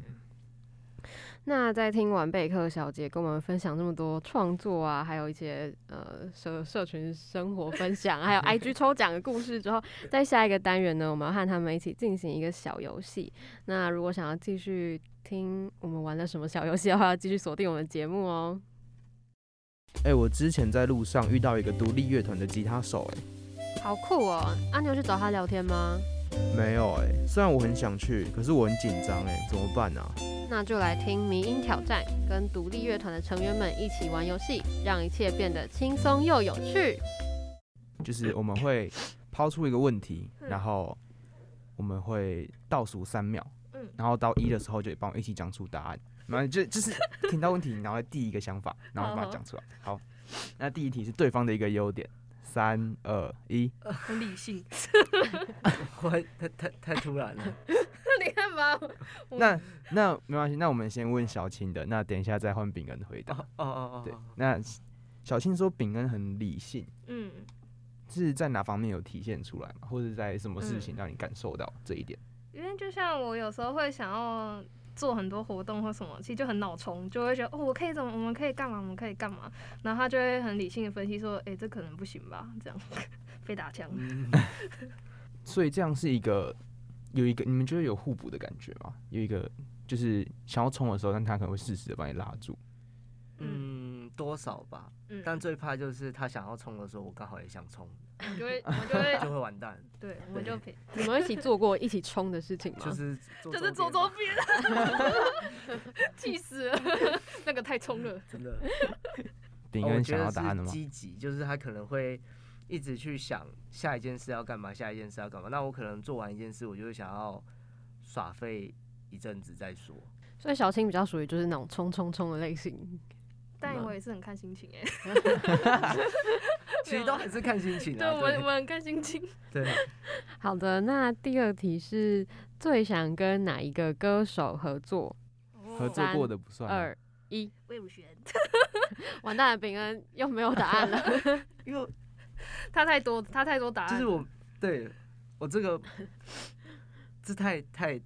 [SPEAKER 1] 那在听完贝克小姐跟我们分享这么多创作啊，还有一些呃社社群生活分享， 还有 IG 抽奖的故事之后，在下一个单元呢，我们要和他们一起进行一个小游戏。那如果想要继续听我们玩了什么小游戏的话，要继续锁定我们的节目哦。
[SPEAKER 2] 哎、我之前在路上遇到一个独立乐团的吉他手、
[SPEAKER 1] 好酷哦！啊，你有去找他聊天吗？
[SPEAKER 2] 哎，没有、哎，虽然我很想去，可是我很紧张，哎，怎么办啊？
[SPEAKER 1] 那就来听迷音挑战，跟独立乐团的成员们一起玩游戏，让一切变得轻松又有趣。
[SPEAKER 2] 就是我们会抛出一个问题，
[SPEAKER 3] 嗯
[SPEAKER 2] 然后我们会倒数三秒，
[SPEAKER 3] 嗯
[SPEAKER 2] 然后到一的时候就帮我一起讲出答案。然后就就是听到问题，然后第一个想法，然后把它讲出来。好，那第一题是对方的一个优点，三二一，
[SPEAKER 3] 很理 性，
[SPEAKER 4] 关太太太突 然了。
[SPEAKER 3] 你看吧，我
[SPEAKER 2] 那那没关系，那我们先问小青的，那等一下再换秉恩回答。
[SPEAKER 4] 哦哦哦，
[SPEAKER 2] 对
[SPEAKER 4] 哦，
[SPEAKER 2] 那小青说秉恩很理性，
[SPEAKER 3] 嗯。
[SPEAKER 2] 是在哪方面有体现出来吗？或者在什么事情
[SPEAKER 3] 嗯
[SPEAKER 2] 让你感受到这一点？
[SPEAKER 3] 因为就像我有时候会想要做很多活动或什么，其实就很脑冲，就会觉得哦，我可以怎么，我们可以干嘛，我们可以干嘛，然后他就会很理性的分析说，哎、这可能不行吧，这样 被打枪。
[SPEAKER 4] 嗯
[SPEAKER 2] 所以这样是一个有一个你们觉得有互补的感觉吗？有一个就是想要冲的时候，但他可能会适时的把你拉住。
[SPEAKER 4] 嗯，多少吧。
[SPEAKER 3] 嗯，
[SPEAKER 4] 但最怕就是他想要冲的时候，我刚好也想冲，
[SPEAKER 3] 我们就 会，我们就会
[SPEAKER 4] 就，会 完蛋。
[SPEAKER 3] 对，我们就陪，
[SPEAKER 1] 你们有一起做过一起冲的事情 吗？
[SPEAKER 4] 就是做
[SPEAKER 3] 哦就是
[SPEAKER 4] 周
[SPEAKER 3] 左
[SPEAKER 4] 边
[SPEAKER 3] 周
[SPEAKER 4] 吧
[SPEAKER 3] 边，气死了，那个太冲了。
[SPEAKER 4] 真 的。
[SPEAKER 2] 饼
[SPEAKER 4] 哦我
[SPEAKER 2] 恩
[SPEAKER 4] 觉
[SPEAKER 2] 想
[SPEAKER 4] 得
[SPEAKER 2] 要
[SPEAKER 4] 是
[SPEAKER 2] 答案了吗？
[SPEAKER 4] 积极，就是他可能会一直去想下一件事要干嘛，下一件事要干嘛。那我可能做完一件事，我就会想要耍废一阵子 再说。
[SPEAKER 1] 所以小青比较属于就是那种冲冲冲的类型，
[SPEAKER 3] 但我也是很看心情哎、
[SPEAKER 4] 其实都还是看心 情
[SPEAKER 3] 对
[SPEAKER 4] 啊。
[SPEAKER 3] 我们我们很看心情。
[SPEAKER 4] 对，
[SPEAKER 1] 好的，那第二题是最想跟哪一个歌手合作？
[SPEAKER 2] 合作
[SPEAKER 1] 三
[SPEAKER 2] 过的不算
[SPEAKER 4] 啊
[SPEAKER 2] 吗。
[SPEAKER 1] 二一，
[SPEAKER 3] 魏武璇，
[SPEAKER 1] 完蛋了，秉恩又没有答案了。
[SPEAKER 4] 因为
[SPEAKER 3] 他太多，他太多答
[SPEAKER 4] 就
[SPEAKER 3] 案
[SPEAKER 4] 是。我对我这个这太太。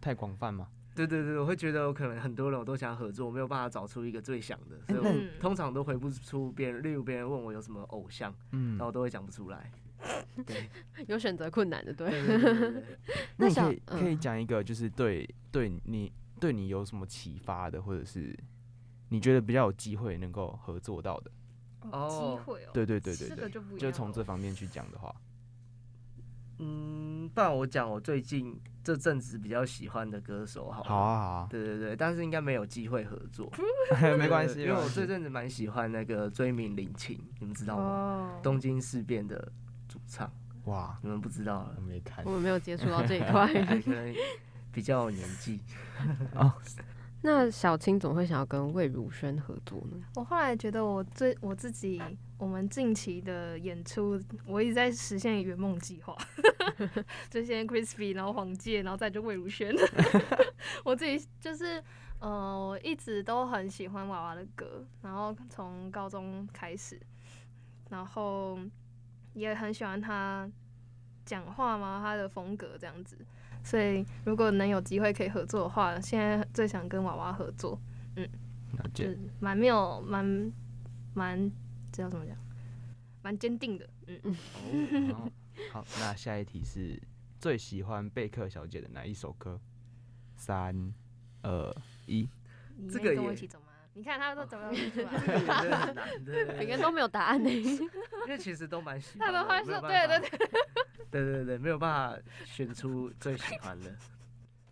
[SPEAKER 2] 太广泛吗？
[SPEAKER 4] 对对对，我会觉得我可能很多人我都想合作，我没有办法找出一个最想的， 所以我
[SPEAKER 3] 嗯
[SPEAKER 4] 通常都回不出别人。例如别人问我有什么偶像，
[SPEAKER 2] 嗯
[SPEAKER 4] 然后，我都会讲不出来。对，
[SPEAKER 1] 有选择困难的，对。
[SPEAKER 4] 对对对对对
[SPEAKER 1] 那
[SPEAKER 2] 那你
[SPEAKER 1] 小
[SPEAKER 2] 可以可以
[SPEAKER 1] 嗯
[SPEAKER 2] 讲一个，就是对对你对你有什么启发的，或者是你觉得比较有机会能够合作到的？
[SPEAKER 4] 哦
[SPEAKER 3] 机会哦，
[SPEAKER 2] 对对对对
[SPEAKER 3] 这
[SPEAKER 2] 对
[SPEAKER 3] 个，就不一样
[SPEAKER 2] 就
[SPEAKER 3] 了，
[SPEAKER 2] 从这方面去讲的话，
[SPEAKER 4] 嗯，不然我讲我最近这阵子比较喜欢的歌手好了
[SPEAKER 2] 好啊
[SPEAKER 4] 对对对，但是应该没有机会合作，
[SPEAKER 2] 好啊，没关系，
[SPEAKER 4] 对
[SPEAKER 2] 没
[SPEAKER 4] 因为
[SPEAKER 2] 关
[SPEAKER 4] 我
[SPEAKER 2] 系
[SPEAKER 4] 这阵子蛮喜欢那个追名林檎，你们知道吗？
[SPEAKER 3] 哦，
[SPEAKER 4] 东京事变的主唱，
[SPEAKER 2] 哇，
[SPEAKER 4] 你们不知道了
[SPEAKER 2] 我，没看
[SPEAKER 1] 我们没有接触到 这一块。
[SPEAKER 4] 对可能比较有年纪。
[SPEAKER 1] 那小青总会想要跟魏如萱合作呢？
[SPEAKER 3] 我后来觉得我最我自己，我们近期的演出，我一直在实现圆梦计划， 就先 crispy，然后黄玠，然后再就魏如萱。 我自己就是，呃，我一直都很喜欢娃娃的歌，然后从高中开始，然后也很喜欢她讲话嘛，她的风格这样子。所以如果能有机会可以合作的话，现在最想跟娃娃合作。
[SPEAKER 2] 了解
[SPEAKER 3] 就是，蛮没有蛮蛮这要怎么讲，蛮坚定的，嗯嗯，
[SPEAKER 2] 哦 好，那下一题是最喜欢贝克小姐的哪一首歌？三二一，
[SPEAKER 3] 你
[SPEAKER 4] 这
[SPEAKER 3] 愿意
[SPEAKER 4] 个
[SPEAKER 3] 跟我
[SPEAKER 4] 也
[SPEAKER 3] 一起走吗？你看他们都怎么样出 来？
[SPEAKER 4] 这个也真的很难，对对
[SPEAKER 1] 饼
[SPEAKER 4] 对
[SPEAKER 1] 干都没有答案呢、
[SPEAKER 4] 因为其实都蛮喜
[SPEAKER 3] 他
[SPEAKER 4] 欢的，
[SPEAKER 3] 们话
[SPEAKER 4] 没有
[SPEAKER 3] 说，
[SPEAKER 4] 办
[SPEAKER 3] 对
[SPEAKER 4] 法
[SPEAKER 3] 对对，
[SPEAKER 4] 对对对，没有办法选出最喜欢的，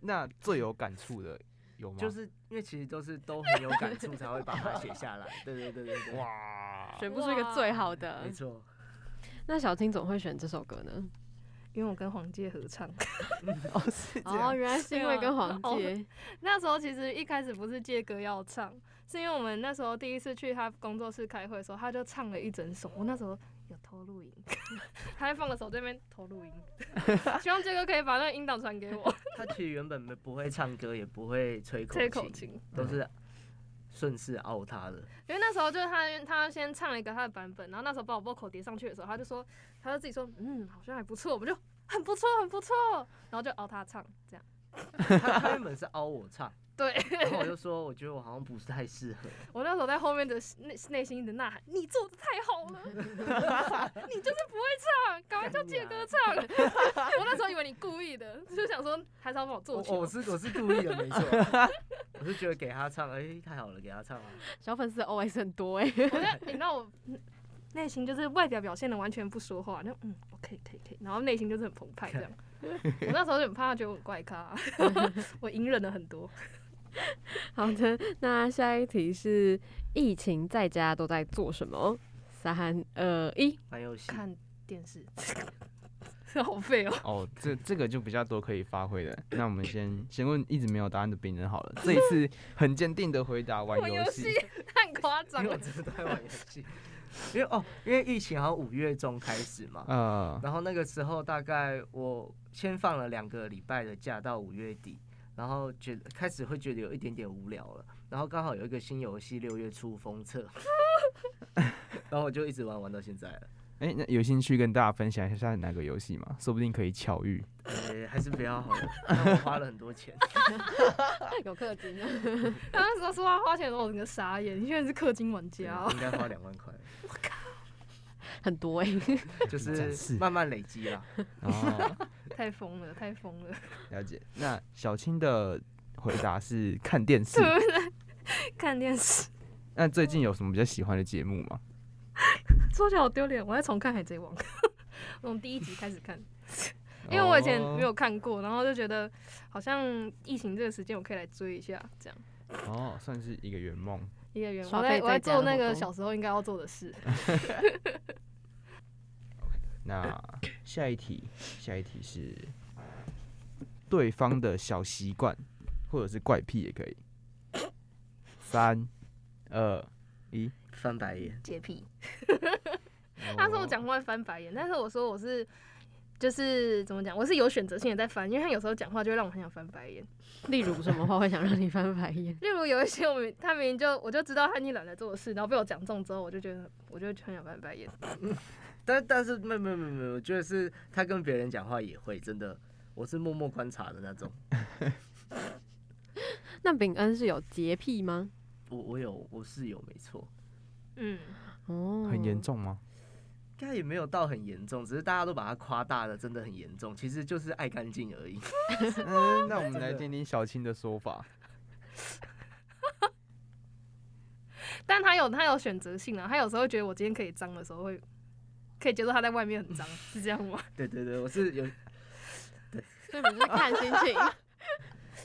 [SPEAKER 2] 那最有感触的有吗？
[SPEAKER 4] 就是因为其实都是都很有感触才会把它写下来。对对对对对，哇，
[SPEAKER 2] 哇，
[SPEAKER 1] 选不出一个最好的
[SPEAKER 4] 没。错，
[SPEAKER 1] 那小青总会选这首歌呢？
[SPEAKER 3] 因为我跟黄玠合唱，
[SPEAKER 2] 哦是这
[SPEAKER 1] 哦，
[SPEAKER 2] 样，
[SPEAKER 1] 原来是
[SPEAKER 4] 啊
[SPEAKER 1] 因为跟黄
[SPEAKER 3] 对
[SPEAKER 1] 玠。
[SPEAKER 4] 哦
[SPEAKER 3] 那时候其实一开始不是借歌要唱，是因为我们那时候第一次去他工作室开会的时候，他就唱了一整首，我那时候。有偷录音， 他还放了手这边偷 录音，希望这个可以把那个音档传给我。
[SPEAKER 4] 他其实原本没不会唱歌，也不会吹口
[SPEAKER 3] 吹口琴，
[SPEAKER 4] 都是顺势凹他 的。
[SPEAKER 3] 因为那时候就是他，他先唱了一个他的版本，然后那时候把我 vocal 叠上去的时候，他就说，他就自己说，嗯，好像还不错，我们就很不错，很不错，然后就熬他唱这样。
[SPEAKER 4] 他他原本是凹我唱，
[SPEAKER 3] 对
[SPEAKER 4] 然后我就说，我觉得我好像不是太适合。
[SPEAKER 3] 我那时候在后面的内内心的呐喊，你做的太好了，你就是不会唱，赶快叫杰哥唱。我那时候以为你故意的，就想说还是要帮我
[SPEAKER 4] 我
[SPEAKER 3] 做
[SPEAKER 4] 我
[SPEAKER 3] 球。
[SPEAKER 4] 是我是故意的，没错。 我是觉得给他唱，哎、太好了，给他唱啊。
[SPEAKER 1] 小粉丝 OS 很多哎、
[SPEAKER 3] 我觉得你知道我内心就是外表表现的完全不说话，那嗯，我可以可以可以，然后内心就是很澎湃这样。 我那时候就很怕，觉得我很怪咖， 我隐忍了很多。
[SPEAKER 1] 好的，那下一题是疫情在家都在做什么？三二一，
[SPEAKER 4] 玩游戏，
[SPEAKER 3] 看电视， 好废哦。
[SPEAKER 2] 哦，这这个就比较多可以发挥的。那我们先先问一直没有答案的丙人好了，这一次很坚定的回答玩
[SPEAKER 3] 玩
[SPEAKER 2] 游
[SPEAKER 3] 游
[SPEAKER 2] 戏
[SPEAKER 3] 戏， 太夸
[SPEAKER 4] 因
[SPEAKER 3] 张
[SPEAKER 4] 为我
[SPEAKER 3] 了。
[SPEAKER 4] 真的都在玩游戏。 因为哦，因为疫情好像五月中开始嘛，
[SPEAKER 2] 呃，
[SPEAKER 4] 然后那个时候大概我先放了两个礼拜的假到五月底，然后觉得开始会觉得有一点点无聊了，然后刚好有一个新游戏六月初封测， 然后我就一直玩玩到现在了。
[SPEAKER 2] 哎、那有兴趣跟大家分享一下哪个游戏吗？说不定可以巧遇。
[SPEAKER 4] 呃，还是不要好了，那我花了很多钱。
[SPEAKER 1] 有氪金啊！
[SPEAKER 3] 他那时候说他花钱的时候，我整个傻眼，你居然是氪金玩家哦。
[SPEAKER 4] 应该花两万块，
[SPEAKER 1] 很多哎、
[SPEAKER 4] 就
[SPEAKER 2] 真是
[SPEAKER 4] 是慢慢累积啦。
[SPEAKER 2] 哦，
[SPEAKER 3] 太疯了，太疯 了。
[SPEAKER 2] 了解。那小青的回答是看电视。
[SPEAKER 3] 看电视，
[SPEAKER 2] 那最近有什么比较喜欢的节目吗？
[SPEAKER 3] 说起来好丢脸，我在重看《海贼王》， 我从第一集开始看，因为我以前
[SPEAKER 2] 哦
[SPEAKER 3] 没有看过，然后就觉得好像疫情这个时间我可以来追一下，这样
[SPEAKER 2] 哦，哦算是一个圆梦。
[SPEAKER 3] 一个愿望。
[SPEAKER 1] 耍
[SPEAKER 3] 我
[SPEAKER 1] 废
[SPEAKER 3] 在我
[SPEAKER 1] 在
[SPEAKER 3] 在
[SPEAKER 1] 家的
[SPEAKER 3] 做那
[SPEAKER 1] 活
[SPEAKER 3] 个
[SPEAKER 1] 动
[SPEAKER 3] 小时候应该要做的事。
[SPEAKER 2] 那下一题，下一题是对方的小习惯，或者是怪癖也可以。三、二、一，
[SPEAKER 4] 翻白眼，
[SPEAKER 3] 洁癖。 他说我讲话会翻白眼，但是我说我是就是怎么讲，我是有选择性的在翻，因为他有时候讲话就会让我很想翻白眼。
[SPEAKER 1] 例如什么话会想让你翻白眼？
[SPEAKER 3] 例如有一些我们他明明就我就知道他已经懒得做的事，然后被我讲中之后，我就觉得我就很想翻白眼。
[SPEAKER 4] 但但是没有没有没有没有，我觉得是他跟别人讲话也会真的，我是默默观察的那种。
[SPEAKER 1] 那秉恩是有洁癖吗？
[SPEAKER 4] 我我有我是有没错，
[SPEAKER 3] 嗯，
[SPEAKER 1] 哦，
[SPEAKER 2] 很严。重吗？
[SPEAKER 4] 该也没有到很严重，只是大家都把它夸大的真的很严重，其实就是爱干净而已。
[SPEAKER 2] 嗯，那我们来听听小青的说法。
[SPEAKER 3] 但他有他有选择性啊，他有时候会觉得我今天可以脏的时候会，可以接受他在外面很脏，是这样吗？
[SPEAKER 4] 对对对，我是有
[SPEAKER 1] 所以我们就是看心 情。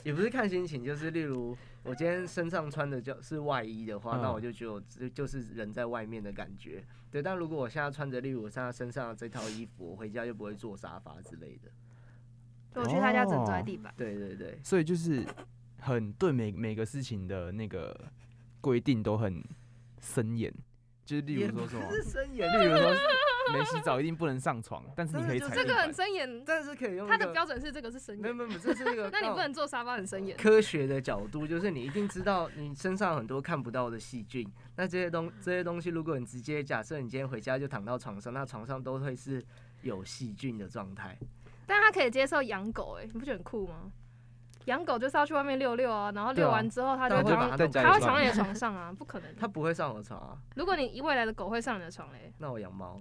[SPEAKER 4] 也不是看心情，就是例如我今天身上穿的就是外衣的话，
[SPEAKER 2] 嗯
[SPEAKER 4] 那我就觉得我这就是人在外面的感觉。对，但如果我现在穿着，例如我现在身上的这套衣服，我回家就不会坐沙发之类的。
[SPEAKER 3] 我去他家整坐在地板，
[SPEAKER 4] 对对对，
[SPEAKER 2] 所以就是很对每每个事情的那个规定都很森严，就是例
[SPEAKER 4] 也
[SPEAKER 2] 如说
[SPEAKER 4] 不
[SPEAKER 2] 什么，
[SPEAKER 4] 是深眼，
[SPEAKER 2] 例如说没洗澡一定不能上床，但是你可以
[SPEAKER 4] 但
[SPEAKER 2] 踩
[SPEAKER 4] 是
[SPEAKER 2] 地
[SPEAKER 3] 这个很
[SPEAKER 2] 板。
[SPEAKER 3] 森严。
[SPEAKER 4] 但是可以用
[SPEAKER 3] 他
[SPEAKER 4] 一
[SPEAKER 3] 的
[SPEAKER 4] 个
[SPEAKER 3] 标准是这个是森
[SPEAKER 4] 没有
[SPEAKER 3] 严，
[SPEAKER 4] 没有，没有这是一个
[SPEAKER 3] 那你
[SPEAKER 4] 刚
[SPEAKER 3] 不
[SPEAKER 4] 好
[SPEAKER 3] 能坐沙发很森严。
[SPEAKER 4] 科学的角度，就是你一定知道你身上很多看不到的细菌。那这些东这些东西，如果你直接假设你今天回家就躺到床上，那床上都会是有细菌的状态。
[SPEAKER 3] 但他可以接受养狗、欸，哎，你不觉得很酷吗？养狗就是要去外面溜溜啊，然后
[SPEAKER 4] 对啊
[SPEAKER 3] 遛完之后，它就
[SPEAKER 4] 但
[SPEAKER 3] 会
[SPEAKER 4] 我会把
[SPEAKER 3] 躺，
[SPEAKER 4] 它
[SPEAKER 2] 在
[SPEAKER 4] 弄
[SPEAKER 2] 家
[SPEAKER 4] 干
[SPEAKER 2] 里
[SPEAKER 3] 它会
[SPEAKER 2] 抓
[SPEAKER 3] 躺在你的床上啊，不可能。
[SPEAKER 4] 它不会上我床啊，
[SPEAKER 3] 如果你未来的狗会上你的床嘞，
[SPEAKER 4] 那我养猫，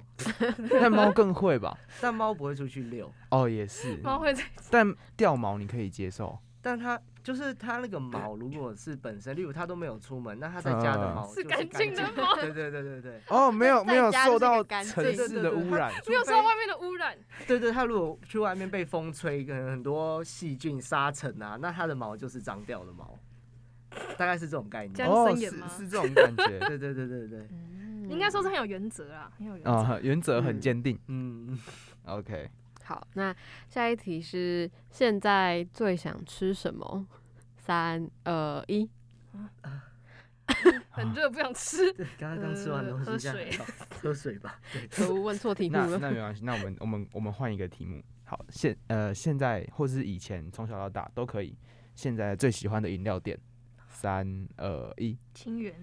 [SPEAKER 2] 但猫更会吧？
[SPEAKER 4] 但猫不会出去遛，
[SPEAKER 2] 哦，也
[SPEAKER 4] 嗯
[SPEAKER 2] 是。
[SPEAKER 3] 猫会在
[SPEAKER 2] 但掉毛你可以接受，
[SPEAKER 4] 但它就是它那个毛，如果是本身，例如它都没有出门，那它在家
[SPEAKER 2] 啊
[SPEAKER 4] 的毛就是
[SPEAKER 3] 干净的
[SPEAKER 4] 的。
[SPEAKER 3] 猫，
[SPEAKER 4] 对对对对对，
[SPEAKER 2] 哦，没有没有
[SPEAKER 1] 在家就是
[SPEAKER 2] 受到
[SPEAKER 1] 个干净
[SPEAKER 2] 城市的污染，
[SPEAKER 3] 没有受
[SPEAKER 4] 除非
[SPEAKER 3] 外面的污染。
[SPEAKER 4] 对对，它如果去外面被风吹，可能很多细菌、沙尘啊，那它的毛就是脏掉的毛，大概是这种概
[SPEAKER 3] 这
[SPEAKER 4] 念。
[SPEAKER 3] 样
[SPEAKER 2] 哦，
[SPEAKER 3] 森严
[SPEAKER 2] 是
[SPEAKER 3] 吗
[SPEAKER 2] 是这种感觉
[SPEAKER 4] 对对对对对，
[SPEAKER 1] 嗯
[SPEAKER 3] 应该说是很有原则啦，很有原则。
[SPEAKER 4] 哦
[SPEAKER 2] 啊，原则很坚定。
[SPEAKER 4] 嗯，
[SPEAKER 2] OK，
[SPEAKER 1] 好。那下一题是现在最想吃什么？三二一，
[SPEAKER 4] 哦
[SPEAKER 3] 很热，不想吃。
[SPEAKER 4] 对， 刚刚刚吃完东
[SPEAKER 3] 呃喝
[SPEAKER 4] 西，这样
[SPEAKER 3] 水
[SPEAKER 4] 还好，喝水吧。对，
[SPEAKER 1] 可恶，问错题目
[SPEAKER 2] 那
[SPEAKER 1] 了。
[SPEAKER 2] 那没关系，那我们我们我们换一个题目。好，现呃现在或是以前从小到大都可以。现在最喜欢的饮料店，三二一，
[SPEAKER 3] 清源，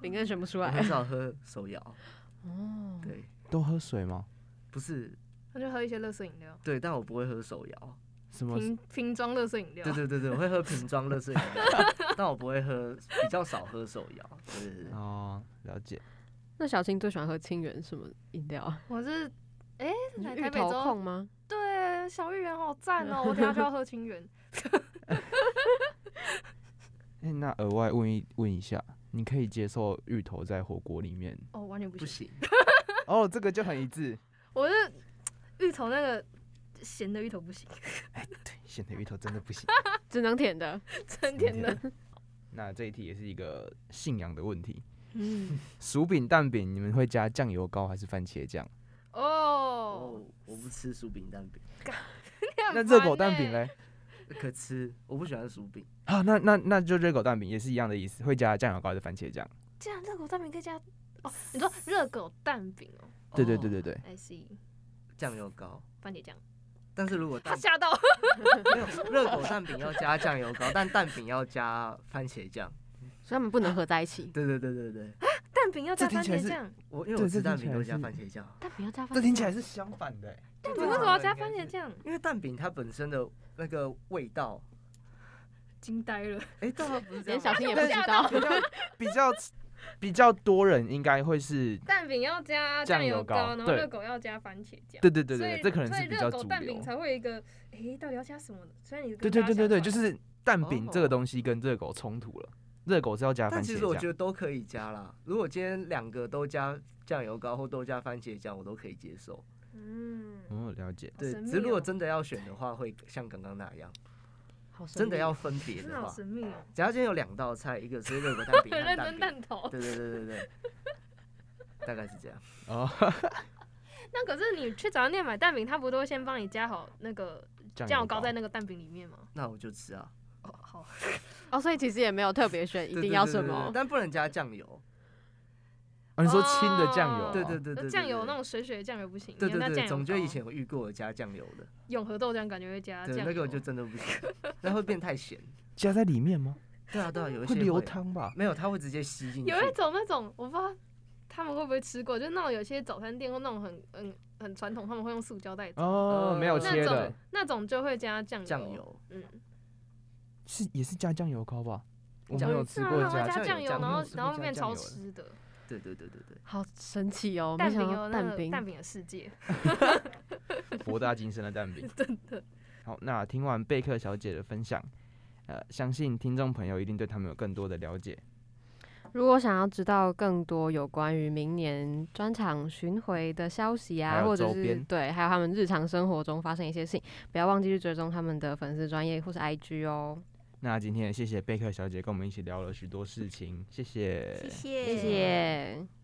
[SPEAKER 1] 饼干选不出
[SPEAKER 4] 我
[SPEAKER 1] 来
[SPEAKER 4] 很。少喝手摇，
[SPEAKER 2] 嗯
[SPEAKER 1] 哦，
[SPEAKER 4] 对，
[SPEAKER 2] 都喝水吗？
[SPEAKER 4] 不是
[SPEAKER 3] 那就喝一些垃圾饮料，
[SPEAKER 4] 对，但我不会喝手摇。
[SPEAKER 2] 什么？
[SPEAKER 3] 瓶瓶装垃圾饮料
[SPEAKER 4] 对。对对对，我会喝瓶装乐事饮料， 但我不会喝，比较少喝手摇。对对对，
[SPEAKER 2] 哦，了解。
[SPEAKER 1] 那小青最喜欢喝清源什么饮料啊？
[SPEAKER 3] 我是，哎，
[SPEAKER 1] 你
[SPEAKER 3] 来
[SPEAKER 1] 是
[SPEAKER 3] 台
[SPEAKER 1] 芋
[SPEAKER 3] 北
[SPEAKER 1] 头控
[SPEAKER 3] 州。
[SPEAKER 1] 吗？
[SPEAKER 3] 对，小芋圆好赞 哦！我等下就要喝清源。
[SPEAKER 2] 哎、那额外问一问一下，你可以接受芋头在火锅里面？
[SPEAKER 3] 哦，完全不
[SPEAKER 4] 不
[SPEAKER 3] 行。
[SPEAKER 4] 行，
[SPEAKER 2] 哦，这个就很一致。
[SPEAKER 3] 我是芋头那个咸的芋头不行，
[SPEAKER 2] 现在芋头真的 不行，
[SPEAKER 1] 只能甜的。
[SPEAKER 3] 真甜的。
[SPEAKER 2] 那这一题也是一个信仰的问题。
[SPEAKER 1] 嗯，
[SPEAKER 2] 薯饼、蛋饼，你们会加酱油膏还是番茄酱？
[SPEAKER 3] 哦
[SPEAKER 4] 哦，，我不吃薯饼蛋饼，
[SPEAKER 2] 那热狗蛋饼
[SPEAKER 3] 嘞？
[SPEAKER 2] 嘞？
[SPEAKER 4] 可吃，我不喜欢薯饼。
[SPEAKER 2] 啊，那那那就热狗蛋饼也是一样的意思，会加酱油膏还是番茄酱？
[SPEAKER 3] 这样热狗蛋饼可以加哦，你说热狗蛋饼哦
[SPEAKER 2] 对对对
[SPEAKER 4] 哦，
[SPEAKER 2] 对对，
[SPEAKER 3] ，I C
[SPEAKER 4] 酱油膏。
[SPEAKER 3] 番茄酱，
[SPEAKER 4] 但是如果
[SPEAKER 3] 他
[SPEAKER 4] 蛋
[SPEAKER 3] 吓到，
[SPEAKER 4] 没有热狗蛋饼要加酱油膏，但蛋饼要加番茄酱。
[SPEAKER 1] 所以他们不能合在一 起。
[SPEAKER 4] 对对对对对，
[SPEAKER 3] 蛋饼要加
[SPEAKER 2] 这
[SPEAKER 3] 番
[SPEAKER 2] 听起来
[SPEAKER 3] 茄
[SPEAKER 2] 是
[SPEAKER 3] 酱，
[SPEAKER 4] 我因为
[SPEAKER 2] 对
[SPEAKER 4] 我
[SPEAKER 2] 这
[SPEAKER 4] 吃蛋
[SPEAKER 2] 听起
[SPEAKER 4] 饼
[SPEAKER 2] 来
[SPEAKER 4] 都加
[SPEAKER 2] 是
[SPEAKER 4] 番茄酱，
[SPEAKER 1] 但饼要加番
[SPEAKER 2] 这
[SPEAKER 1] 茄
[SPEAKER 2] 听起来
[SPEAKER 1] 酱
[SPEAKER 2] 是相反的欸。
[SPEAKER 3] 蛋饼为什么要加番茄酱？
[SPEAKER 4] 因为蛋饼它本身的那个味道，
[SPEAKER 3] 惊呆了，
[SPEAKER 4] 哎，对啊，不是这
[SPEAKER 1] 连
[SPEAKER 4] 样
[SPEAKER 1] 小
[SPEAKER 4] 吗。
[SPEAKER 1] 青也不知道。
[SPEAKER 2] 比较比较比较多人应该会是，
[SPEAKER 3] 蛋饼要加
[SPEAKER 2] 酱
[SPEAKER 3] 酱
[SPEAKER 2] 油
[SPEAKER 3] 油
[SPEAKER 2] 膏
[SPEAKER 3] 膏，然后
[SPEAKER 2] 对
[SPEAKER 3] 热狗要加番茄酱。
[SPEAKER 2] 对对对
[SPEAKER 3] 所
[SPEAKER 2] 对，对
[SPEAKER 3] 以
[SPEAKER 2] 这可能
[SPEAKER 3] 所以
[SPEAKER 2] 是比较
[SPEAKER 3] 热狗
[SPEAKER 2] 主
[SPEAKER 3] 蛋
[SPEAKER 2] 流
[SPEAKER 3] 饼。才会有一个，诶，到底要加什么？虽然你
[SPEAKER 2] 对
[SPEAKER 3] 跟
[SPEAKER 2] 对
[SPEAKER 3] 大
[SPEAKER 2] 对
[SPEAKER 3] 家
[SPEAKER 2] 对对，
[SPEAKER 3] 相反
[SPEAKER 2] 就是蛋饼这个
[SPEAKER 4] 哦
[SPEAKER 2] 东西跟热狗冲突了，热狗是要加
[SPEAKER 4] 但
[SPEAKER 2] 番
[SPEAKER 4] 其实我
[SPEAKER 2] 茄
[SPEAKER 4] 觉
[SPEAKER 2] 酱。
[SPEAKER 4] 得都可以加啦。如果今天两个都加酱油膏或都加番茄酱，我都可以接受。
[SPEAKER 3] 嗯，
[SPEAKER 2] 哦，了解。
[SPEAKER 4] 对，
[SPEAKER 3] 神
[SPEAKER 4] 只是
[SPEAKER 3] 秘
[SPEAKER 4] 如果
[SPEAKER 3] 哦
[SPEAKER 4] 真的要选的话，会像刚刚那样，
[SPEAKER 1] 好神秘
[SPEAKER 4] 真的要分别
[SPEAKER 3] 真
[SPEAKER 4] 的
[SPEAKER 3] 的好
[SPEAKER 4] 话，
[SPEAKER 3] 神秘哦，
[SPEAKER 4] 只要今天有两道菜，一个是热狗蛋饼
[SPEAKER 3] 很 认
[SPEAKER 4] 和
[SPEAKER 3] 真
[SPEAKER 4] 蛋
[SPEAKER 3] 蛋
[SPEAKER 4] 饼，
[SPEAKER 3] 头。
[SPEAKER 4] 对对对对对，大概是这样。
[SPEAKER 2] 哦，
[SPEAKER 3] 那可是你去早餐店买蛋饼，他不都会先帮你加好那个酱油膏在那个蛋饼里面吗？
[SPEAKER 4] 那我就吃啊，
[SPEAKER 3] 哦，好，
[SPEAKER 1] 哦，所以其实也没有特别选一
[SPEAKER 4] 对
[SPEAKER 1] 定
[SPEAKER 4] 对
[SPEAKER 1] 要
[SPEAKER 4] 对
[SPEAKER 1] 什
[SPEAKER 4] 对对
[SPEAKER 1] 么。
[SPEAKER 4] 但不能加酱油。
[SPEAKER 2] 哦，你说清的酱油
[SPEAKER 3] 哦
[SPEAKER 2] 啊，
[SPEAKER 4] 对对对对
[SPEAKER 3] 那
[SPEAKER 4] 对，
[SPEAKER 3] 酱油
[SPEAKER 4] 对
[SPEAKER 3] 那种水水的酱油不行，
[SPEAKER 4] 对
[SPEAKER 3] 你要加酱
[SPEAKER 4] 对对，
[SPEAKER 3] 油
[SPEAKER 4] 总觉得
[SPEAKER 3] 膏
[SPEAKER 4] 以前有遇过有加酱油的，
[SPEAKER 3] 永和豆浆感觉会加酱
[SPEAKER 4] 对
[SPEAKER 3] 油，
[SPEAKER 4] 那个我就真的不行， 那会变太咸。
[SPEAKER 2] 加在里面吗？
[SPEAKER 4] 对啊对啊，有一些
[SPEAKER 2] 会流
[SPEAKER 4] 会，
[SPEAKER 2] 汤吧？
[SPEAKER 4] 没有，它会直接吸进 去。
[SPEAKER 3] 有一种那种我不知道他们会不会吃过，就是那种有些早餐店或那种很很很传统，他们会用塑胶袋装，
[SPEAKER 2] 哦，没有
[SPEAKER 4] 呃
[SPEAKER 2] 切
[SPEAKER 3] 那
[SPEAKER 2] 的
[SPEAKER 3] 种，那种就会加酱油，
[SPEAKER 4] 酱油，
[SPEAKER 3] 嗯，
[SPEAKER 2] 是也是加酱油膏吧？我
[SPEAKER 4] 酱
[SPEAKER 2] 没有
[SPEAKER 4] 油
[SPEAKER 2] 吃
[SPEAKER 3] 是啊
[SPEAKER 2] 过
[SPEAKER 3] 那种会
[SPEAKER 2] 加
[SPEAKER 3] 加
[SPEAKER 4] 酱
[SPEAKER 3] 酱
[SPEAKER 4] 油
[SPEAKER 3] 油，
[SPEAKER 4] 酱
[SPEAKER 3] 啊然
[SPEAKER 2] 油
[SPEAKER 3] 后
[SPEAKER 2] 是会
[SPEAKER 3] 然后
[SPEAKER 2] 加
[SPEAKER 3] 变
[SPEAKER 2] 酱
[SPEAKER 3] 超
[SPEAKER 2] 油的
[SPEAKER 3] 湿的，
[SPEAKER 4] 对对对对对，
[SPEAKER 1] 好神奇哦！
[SPEAKER 3] 蛋
[SPEAKER 1] 没
[SPEAKER 3] 饼
[SPEAKER 1] 想
[SPEAKER 3] 有
[SPEAKER 1] 到
[SPEAKER 3] 那
[SPEAKER 1] 蛋
[SPEAKER 3] 个
[SPEAKER 1] 饼，
[SPEAKER 3] 蛋饼的世界，
[SPEAKER 2] 博大精深的蛋饼。
[SPEAKER 3] 真的。
[SPEAKER 2] 好，那听完贝克小姐的分享，呃，相信听众朋友一定对他们有更多的了解。
[SPEAKER 1] 如果想要知道更多有关于明年专场巡回的消息
[SPEAKER 2] 还
[SPEAKER 1] 啊，
[SPEAKER 2] 有
[SPEAKER 1] 或者
[SPEAKER 2] 周
[SPEAKER 1] 是
[SPEAKER 2] 边
[SPEAKER 1] 对，还有他们日常生活中发生一些事情，不要忘记去追踪他们的粉丝专业或是 IG 哦。
[SPEAKER 2] 那今天也谢谢贝克小姐跟我们一起聊了许多事情，谢谢，
[SPEAKER 6] 谢
[SPEAKER 1] 谢谢。